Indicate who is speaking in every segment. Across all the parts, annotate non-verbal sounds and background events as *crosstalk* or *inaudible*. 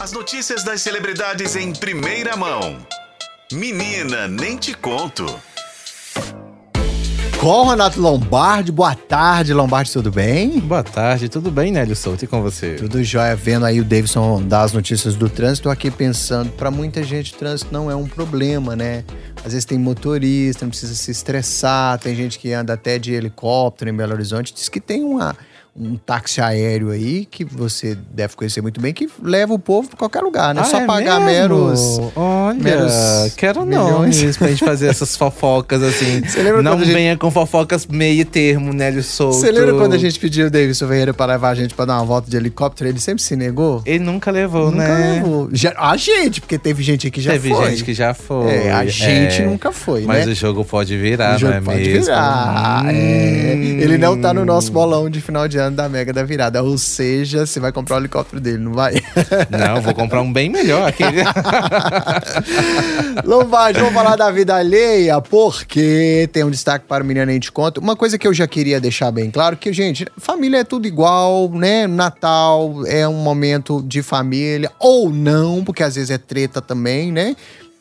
Speaker 1: As notícias das celebridades em primeira mão. Menina, nem te conto.
Speaker 2: Com Renato Lombardi, boa tarde, Lombardi, tudo bem?
Speaker 3: Boa tarde, tudo bem, Nélio Souto? E com você?
Speaker 2: Tudo jóia, vendo aí o Davidson dar as notícias do trânsito, aqui pensando, para muita gente, trânsito não é um problema, né? Às vezes tem motorista, não precisa se estressar, tem gente que anda até de helicóptero em Belo Horizonte, diz que tem uma, um táxi aéreo aí, que você deve conhecer muito bem, que leva o povo para qualquer lugar, né?
Speaker 3: Ah,
Speaker 2: Só
Speaker 3: é
Speaker 2: pagar
Speaker 3: mesmo?
Speaker 2: meros...
Speaker 3: Olha,
Speaker 2: meros
Speaker 3: quero
Speaker 2: milhões.
Speaker 3: nomes pra gente fazer
Speaker 2: *laughs*
Speaker 3: essas fofocas assim.
Speaker 2: Você lembra
Speaker 3: Não
Speaker 2: quando a gente-
Speaker 3: venha com fofocas meio termo, Nélio Souto.
Speaker 2: Você lembra quando a gente pediu o Davidson Ferreira para levar a gente para dar uma volta de helicóptero? Ele sempre se negou?
Speaker 3: Ele nunca levou,
Speaker 2: nunca
Speaker 3: né?
Speaker 2: levou. Já- a gente, porque teve gente que já
Speaker 3: Teve
Speaker 2: foi.
Speaker 3: gente que já foi.
Speaker 2: É, a gente
Speaker 3: É,
Speaker 2: nunca foi,
Speaker 3: Mas
Speaker 2: né?
Speaker 3: o jogo pode virar,
Speaker 2: O jogo
Speaker 3: não é
Speaker 2: pode
Speaker 3: mesmo?
Speaker 2: virar.
Speaker 3: Hum.
Speaker 2: é. Ele não tá no nosso bolão de final de ano da Mega da Virada. Ou seja, você vai comprar o helicóptero dele, não vai? *laughs*
Speaker 3: Não, vou comprar um bem melhor. aquele.
Speaker 2: *laughs* Lombardi, vamos falar da vida alheia, porque tem um destaque para o Menina Nem Te Conta. Uma coisa que eu já queria deixar bem claro, que, gente, família é tudo igual, né? Natal é um momento de família, ou não, porque às vezes é treta também, né?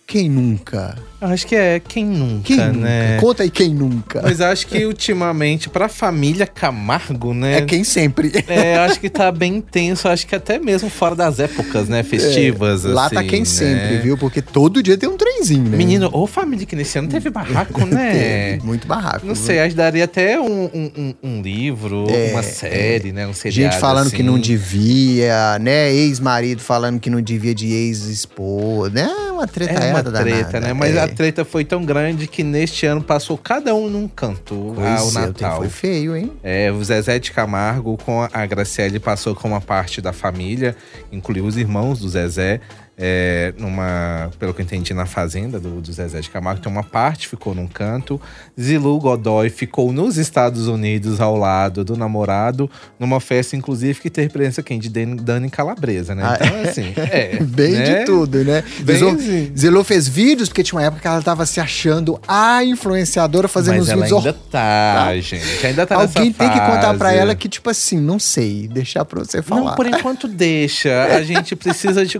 Speaker 2: Quem nunca?
Speaker 3: Eu Acho que é quem nunca,
Speaker 2: Quem nunca?
Speaker 3: né?
Speaker 2: Conta aí quem nunca.
Speaker 3: Mas acho que ultimamente, pra família Camargo, né?
Speaker 2: é quem sempre.
Speaker 3: É, eu acho que tá bem intenso, acho que até mesmo fora das épocas, né? Festivas.
Speaker 2: É, Lá
Speaker 3: assim,
Speaker 2: tá quem
Speaker 3: né?
Speaker 2: sempre, viu? Porque todo dia tem um trenzinho, né?
Speaker 3: Menino, ô família que nesse ano teve barraco, né?
Speaker 2: *laughs* Teve muito barraco.
Speaker 3: Não sei, acho que daria até um, um- um- um livro,
Speaker 2: É,
Speaker 3: uma série, né? Um seriado,
Speaker 2: Gente falando
Speaker 3: assim.
Speaker 2: que não devia, né? Ex-marido falando que não devia de ex-esposa, né? Uma treta
Speaker 3: É uma
Speaker 2: danada.
Speaker 3: treta, né? Mas
Speaker 2: é.
Speaker 3: a treta foi tão grande que neste ano passou cada um num canto
Speaker 2: Pois é,
Speaker 3: ao
Speaker 2: o tempo
Speaker 3: Natal.
Speaker 2: foi feio, hein?
Speaker 3: É, o Zezé de Camargo com a Graciele passou com uma parte da família, incluiu os irmãos do Zezé, é, numa, pelo que eu entendi, na fazenda do, do Zezé de Camargo. Então, uma parte ficou num canto. Zilu Godoy ficou nos Estados Unidos ao lado do namorado, numa festa, inclusive, que teve presença quem? De Dan- Dani Calabresa, né?
Speaker 2: Ah, *laughs*
Speaker 3: Então, assim, é.
Speaker 2: Bem
Speaker 3: né?
Speaker 2: de tudo, né?
Speaker 3: Bem
Speaker 2: Zilu,
Speaker 3: assim.
Speaker 2: Zilu fez vídeos, porque tinha uma época que ela tava se achando a influenciadora fazendo
Speaker 3: Mas
Speaker 2: os
Speaker 3: ela
Speaker 2: vídeos
Speaker 3: ainda tá, gente. Ainda tá nessa
Speaker 2: Alguém tem que contar pra
Speaker 3: fase.
Speaker 2: ela que, tipo assim, não sei, deixar pra você falar.
Speaker 3: Não, por enquanto deixa.
Speaker 2: *laughs*
Speaker 3: A gente precisa de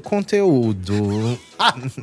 Speaker 3: conteúdo.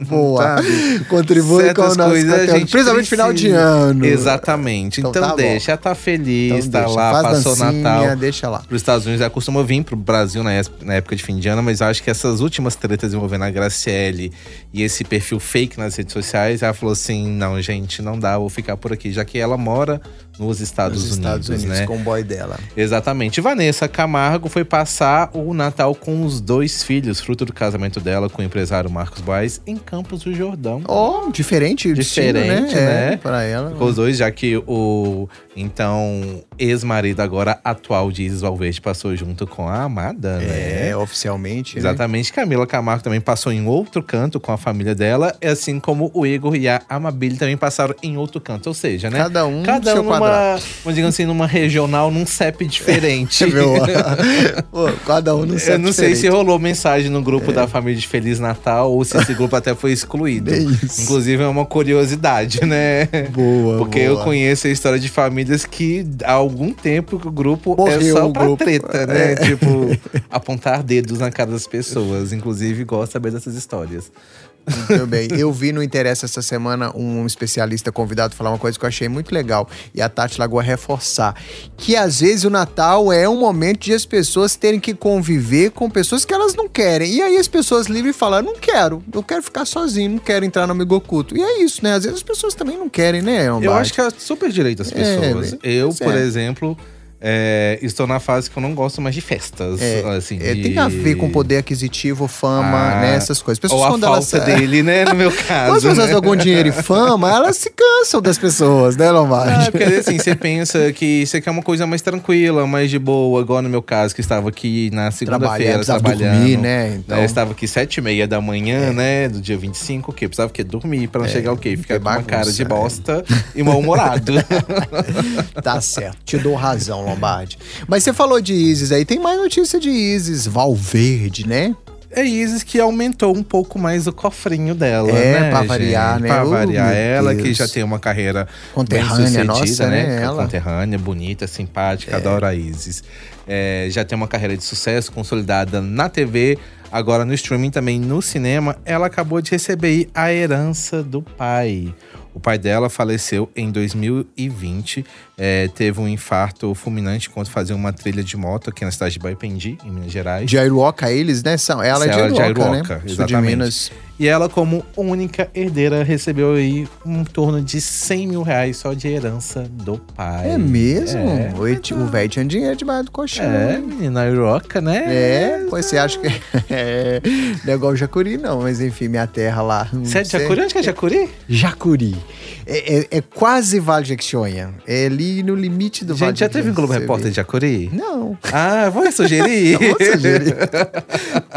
Speaker 2: Boa.
Speaker 3: Sabe?
Speaker 2: Contribui com o
Speaker 3: tá, né? Certas
Speaker 2: nosso
Speaker 3: coisas a
Speaker 2: conteúdo.
Speaker 3: gente
Speaker 2: Principalmente final de
Speaker 3: precisa.
Speaker 2: ano.
Speaker 3: Exatamente.
Speaker 2: Então
Speaker 3: Então,
Speaker 2: tá bom.
Speaker 3: deixa, tá feliz,
Speaker 2: Então
Speaker 3: tá
Speaker 2: deixa,
Speaker 3: lá,
Speaker 2: faz
Speaker 3: passou o
Speaker 2: dancinha,
Speaker 3: Natal.
Speaker 2: Deixa lá.
Speaker 3: Para os Estados Unidos, ela costuma vir pro Brasil na, es- na época de fim de ano, mas eu acho que essas últimas tretas envolvendo a Graciele e esse perfil fake nas redes sociais, ela falou assim: não, gente, não dá, vou ficar por aqui, já que ela mora nos Estados,
Speaker 2: Nos
Speaker 3: Unidos,
Speaker 2: Estados Unidos,
Speaker 3: né?
Speaker 2: com o boy dela.
Speaker 3: Exatamente. Vanessa Camargo foi passar o Natal com os dois filhos, fruto do casamento dela com o empresário Marcos Baez, em Campos do Jordão.
Speaker 2: Oh, diferente, o destino,
Speaker 3: Diferente,
Speaker 2: né? É,
Speaker 3: né?
Speaker 2: pra ela.
Speaker 3: Com os dois, já que o então ex-marido, agora atual de Isis Valverde, passou junto com a amada, né?
Speaker 2: É, oficialmente. né?
Speaker 3: Exatamente. Camila Camargo também passou em outro canto com a família dela, assim como o Igor e a Amabile também passaram em outro canto. Ou seja, né?
Speaker 2: Cada um
Speaker 3: Cada
Speaker 2: seu
Speaker 3: um *laughs*
Speaker 2: quadrado. É
Speaker 3: numa, vamos dizer assim, numa regional, num CEP diferente.
Speaker 2: *laughs* Você viu? Pô, cada um no seu
Speaker 3: Eu não sei se rolou mensagem no
Speaker 2: É.
Speaker 3: grupo da família de Feliz Natal ou se esse grupo até foi excluído.
Speaker 2: É isso.
Speaker 3: Inclusive, é uma curiosidade, né?
Speaker 2: Boa,
Speaker 3: Porque
Speaker 2: boa.
Speaker 3: eu conheço a história de famílias que há algum tempo que o grupo
Speaker 2: Morreu
Speaker 3: é só
Speaker 2: o
Speaker 3: pra
Speaker 2: grupo. É.
Speaker 3: treta,
Speaker 2: *laughs*
Speaker 3: né? Tipo, apontar dedos na cara das pessoas. Inclusive, gosto de saber dessas histórias.
Speaker 2: Muito bem. Eu vi no Interessa essa semana um especialista convidado falar uma coisa que eu achei muito legal. E a Tati Lagoa reforçar. Que às vezes o Natal é um momento de as pessoas terem que conviver com pessoas que elas não querem. E aí as pessoas livres falam: não quero, eu quero ficar sozinho, não quero entrar no amigo oculto. E é isso, né? Às vezes as pessoas também não querem, né,
Speaker 3: Eu acho que é super direito às
Speaker 2: É,
Speaker 3: pessoas.
Speaker 2: bem,
Speaker 3: eu, por
Speaker 2: certo.
Speaker 3: exemplo, é, estou na fase que eu não gosto mais de festas.
Speaker 2: É,
Speaker 3: assim,
Speaker 2: Tem a ver com
Speaker 3: de-
Speaker 2: poder aquisitivo, fama,
Speaker 3: Ah,
Speaker 2: né? Essas coisas. Pessoas
Speaker 3: Ou a
Speaker 2: quando *laughs*
Speaker 3: falta
Speaker 2: elas. é,
Speaker 3: dele, né? No meu
Speaker 2: Quando as
Speaker 3: caso.
Speaker 2: pessoas
Speaker 3: né?
Speaker 2: dão algum dinheiro e fama, elas se cansam das pessoas, né, *laughs*
Speaker 3: Ah,
Speaker 2: Lombardi?
Speaker 3: porque assim, você pensa que você quer uma coisa mais tranquila, mais de boa. Agora, no meu caso, que estava aqui na
Speaker 2: Trabalhar,
Speaker 3: segunda-feira
Speaker 2: precisava
Speaker 3: trabalhando.
Speaker 2: dormir, né? É.
Speaker 3: né, eu estava aqui sete e meia da manhã, né? Do dia 25, o quê? Precisava o quê? Dormir pra não chegar o quê? Ficar
Speaker 2: ter
Speaker 3: com uma
Speaker 2: É, bagunça,
Speaker 3: cara de
Speaker 2: né?
Speaker 3: bosta
Speaker 2: *laughs*
Speaker 3: e mal-humorado.
Speaker 2: Tá certo, te dou razão, Lombardi. Mas você falou de Isis aí, tem mais notícia de Isis Valverde, né?
Speaker 3: é Isis que aumentou um pouco mais o cofrinho dela,
Speaker 2: É,
Speaker 3: né?
Speaker 2: pra variar,
Speaker 3: gente?
Speaker 2: né?
Speaker 3: Pra
Speaker 2: Oh,
Speaker 3: variar.
Speaker 2: meu
Speaker 3: Ela que
Speaker 2: Deus.
Speaker 3: já tem uma carreira
Speaker 2: Conterrânea
Speaker 3: bem-sucedida,
Speaker 2: nossa, né? Ela.
Speaker 3: Conterrânea, bonita, É, simpática, adoro a Isis. É, já tem uma carreira de sucesso consolidada na TV, Agora no streaming também, no cinema, ela acabou de receber aí a herança do pai. O pai dela faleceu em 2020, é, teve um infarto fulminante enquanto fazia uma trilha de moto aqui na cidade de Baipendi, em Minas Gerais.
Speaker 2: Jairuoca, eles, né? São, ela é
Speaker 3: Ela é de
Speaker 2: Jairuoca,
Speaker 3: Jairuoca,
Speaker 2: né? Sul
Speaker 3: exatamente.
Speaker 2: de Minas.
Speaker 3: E ela, como única herdeira, recebeu aí em torno de 100 mil reais só de herança do pai.
Speaker 2: É mesmo?
Speaker 3: É.
Speaker 2: O eti- o velho tinha dinheiro debaixo do colchão.
Speaker 3: É, menina Iroca, né?
Speaker 2: É, pois você acha que. *laughs* É, não é igual Jacuri, não, mas enfim, minha terra lá. não
Speaker 3: Você é de
Speaker 2: sei.
Speaker 3: Jacuri? Onde que é Jacuri?
Speaker 2: Jacuri. É, é- é quase Vale de Jequitinhonha. É ali no limite do Vale
Speaker 3: Gente, já
Speaker 2: de
Speaker 3: teve um Globo
Speaker 2: Jequitinhonha,
Speaker 3: Repórter de Jacuri?
Speaker 2: você vê. Não.
Speaker 3: *laughs* Ah,
Speaker 2: *laughs*
Speaker 3: vou sugerir.
Speaker 2: Não vou
Speaker 3: *laughs*
Speaker 2: sugerir.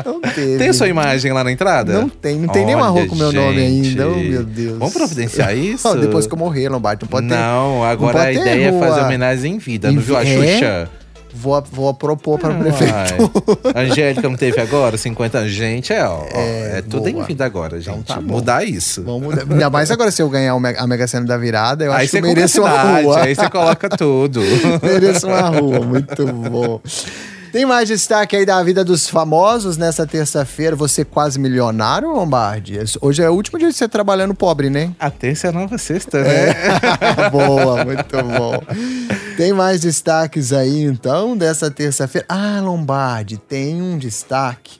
Speaker 2: Não teve.
Speaker 3: Tem sua imagem lá na entrada?
Speaker 2: Não tem, não tem nem uma
Speaker 3: Olha,
Speaker 2: rua com meu nome
Speaker 3: gente.
Speaker 2: ainda. Oh, meu Deus. *laughs*
Speaker 3: Vamos providenciar isso?
Speaker 2: Não, depois que eu morrer, Lombardi, não pode ter.
Speaker 3: Não, agora
Speaker 2: pode
Speaker 3: a
Speaker 2: ter
Speaker 3: ideia é fazer
Speaker 2: rua.
Speaker 3: homenagem em vida,
Speaker 2: Em É.
Speaker 3: não viu a
Speaker 2: vi-
Speaker 3: Xuxa?
Speaker 2: Vou, vou propor para o
Speaker 3: Ah,
Speaker 2: prefeito.
Speaker 3: uai. Angélica não teve agora 50 anos. Gente, é, ó, é,
Speaker 2: É,
Speaker 3: tudo em
Speaker 2: boa.
Speaker 3: vida agora, gente.
Speaker 2: Então tá bom.
Speaker 3: Mudar isso.
Speaker 2: Vamos mudar. Ainda mais agora se eu ganhar o Mega- a Mega Sena da virada, eu
Speaker 3: aí
Speaker 2: acho que
Speaker 3: você
Speaker 2: eu
Speaker 3: compra a
Speaker 2: mereço uma
Speaker 3: cidade,
Speaker 2: rua. *laughs*
Speaker 3: aí você coloca tudo.
Speaker 2: Mereço uma rua, muito bom. Tem mais destaque aí da vida dos famosos nessa terça-feira. Você quase milionário, Lombardi? Hoje é o último dia de você trabalhando pobre, né?
Speaker 3: a terça é a nova sexta,
Speaker 2: É. *laughs*
Speaker 3: né?
Speaker 2: Boa, muito bom. Tem mais destaques aí, então, dessa terça-feira. Ah, Lombardi, tem um destaque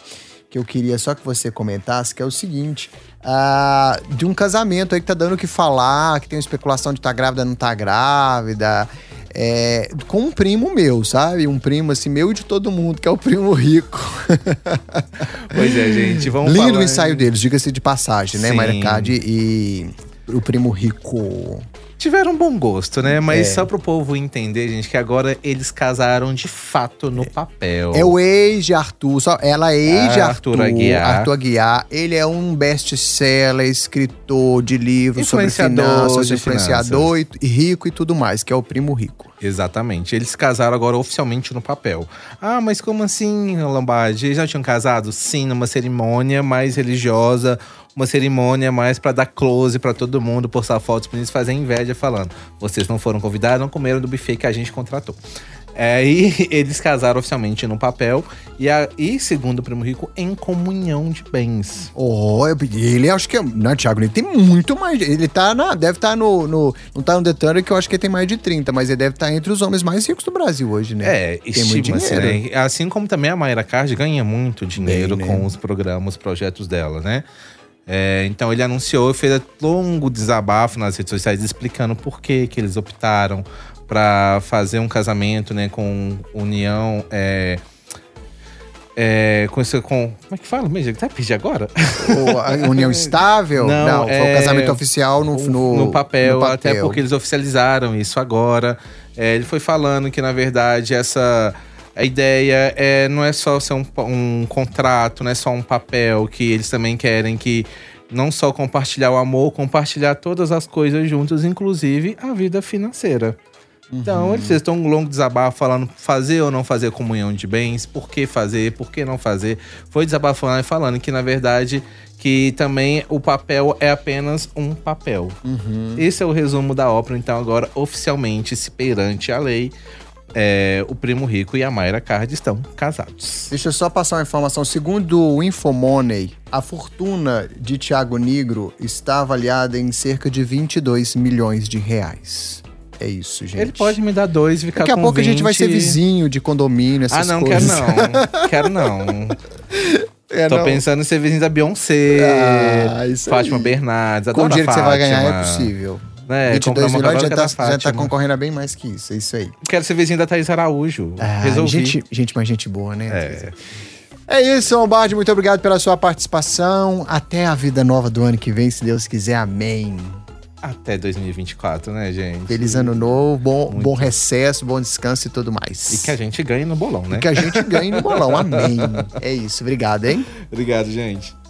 Speaker 2: que eu queria só que você comentasse, que é o seguinte. ah, de um casamento aí que tá dando o que falar, que tem especulação de tá grávida, não tá grávida. é, com um primo meu, sabe? Um primo assim, meu e de todo mundo, que é o primo rico.
Speaker 3: Pois é, gente,
Speaker 2: *laughs*
Speaker 3: vamos
Speaker 2: Lindo
Speaker 3: falar-
Speaker 2: o ensaio deles, diga-se de passagem, né?
Speaker 3: Sim.
Speaker 2: Mayra Card e o primo rico.
Speaker 3: Tiveram bom gosto, né? Mas
Speaker 2: É.
Speaker 3: só pro povo entender, gente, que agora eles casaram de fato no papel.
Speaker 2: É o ex de Arthur, só, ela é ex de
Speaker 3: Ah,
Speaker 2: Arthur,
Speaker 3: Arthur Aguiar.
Speaker 2: Arthur Aguiar. Ele é um best-seller, escritor de livros sobre
Speaker 3: Influenciador
Speaker 2: finanças,
Speaker 3: de
Speaker 2: influenciador e, e rico e tudo mais, que é o primo rico.
Speaker 3: Exatamente. Eles casaram agora oficialmente no papel. Ah, mas como assim, Lombardi? Eles já tinham casado? Sim, numa cerimônia mais religiosa, uma cerimônia mais pra dar close pra todo mundo, postar fotos pra eles fazerem inveja falando: vocês não foram convidados, não comeram do buffet que a gente contratou. É, e *laughs* eles casaram oficialmente no papel e, a- e, segundo o Primo Rico, em comunhão de bens.
Speaker 2: Oh, eu- ele acho que é. Não, Thiago, ele tem muito mais. Ele tá na. Deve estar no, no- Não tá no detalhe que eu acho que ele tem mais de 30, mas ele deve estar entre os homens mais ricos do Brasil hoje, né?
Speaker 3: É,
Speaker 2: Tem muito
Speaker 3: estima-se, né?
Speaker 2: dinheiro.
Speaker 3: Assim como também a Mayra Card ganha muito dinheiro
Speaker 2: Bem, né?
Speaker 3: com os programas, os projetos dela, né? É, então ele anunciou e fez longo desabafo nas redes sociais explicando por que, que eles optaram para fazer um casamento, né, com união, é, é, com, esse- com como é que fala mesmo? Até perdi agora.
Speaker 2: Ou a
Speaker 3: *laughs*
Speaker 2: união estável?
Speaker 3: Não,
Speaker 2: foi
Speaker 3: é-
Speaker 2: o casamento oficial no, no,
Speaker 3: no papel,
Speaker 2: no
Speaker 3: até porque eles oficializaram isso agora. É, ele foi falando que, na verdade, essa a ideia é, não é só ser um, pa- um contrato, não é só um papel, que eles também querem que não só compartilhar o amor, compartilhar todas as coisas juntos, inclusive a vida financeira. Então,
Speaker 2: Uhum.
Speaker 3: eles estão um longo desabafo falando fazer ou não fazer comunhão de bens, por que fazer, por que não fazer. Foi desabafando e falando que, na verdade, que também o papel é apenas um papel.
Speaker 2: Uhum.
Speaker 3: Esse é o resumo da ópera, então agora oficialmente, se perante a lei, é, o Primo Rico e a Mayra Card estão casados.
Speaker 2: Deixa eu só passar uma informação. Segundo o Infomoney, a fortuna de Thiago Negro está avaliada em cerca de 22 milhões de reais. É isso, gente.
Speaker 3: Ele pode me dar dois e ficar
Speaker 2: Daqui a
Speaker 3: com
Speaker 2: pouco a gente vai ser
Speaker 3: 20.
Speaker 2: vizinho de condomínio,
Speaker 3: Ah,
Speaker 2: essas
Speaker 3: não,
Speaker 2: coisas.
Speaker 3: quero não. Quero não.
Speaker 2: *laughs* É,
Speaker 3: Tô
Speaker 2: não.
Speaker 3: pensando em ser vizinho da Beyoncé,
Speaker 2: Ah, isso
Speaker 3: Fátima
Speaker 2: aí.
Speaker 3: Bernardes,
Speaker 2: Com o
Speaker 3: adoro
Speaker 2: dinheiro
Speaker 3: a
Speaker 2: que você vai ganhar
Speaker 3: Fátima,
Speaker 2: é possível.
Speaker 3: Né?
Speaker 2: 22
Speaker 3: Comprar uma
Speaker 2: milhões já tá,
Speaker 3: casaca da
Speaker 2: já tá
Speaker 3: Fátima.
Speaker 2: concorrendo a bem mais que isso. É isso aí.
Speaker 3: Quero ser vizinho da Thaís Araújo.
Speaker 2: Ah,
Speaker 3: É, Resolvi.
Speaker 2: Gente, gente, mais gente boa, né?
Speaker 3: É.
Speaker 2: É isso, Lombardi. Muito obrigado pela sua participação. Até a vida nova do ano que vem, se Deus quiser. Amém.
Speaker 3: Até 2024, né, gente?
Speaker 2: Feliz ano novo, bom,
Speaker 3: Muito.
Speaker 2: bom recesso, bom descanso e tudo mais.
Speaker 3: E que a gente ganhe no bolão, né?
Speaker 2: E que a gente ganhe no bolão. Amém. É isso. Obrigado, hein?
Speaker 3: Obrigado, gente.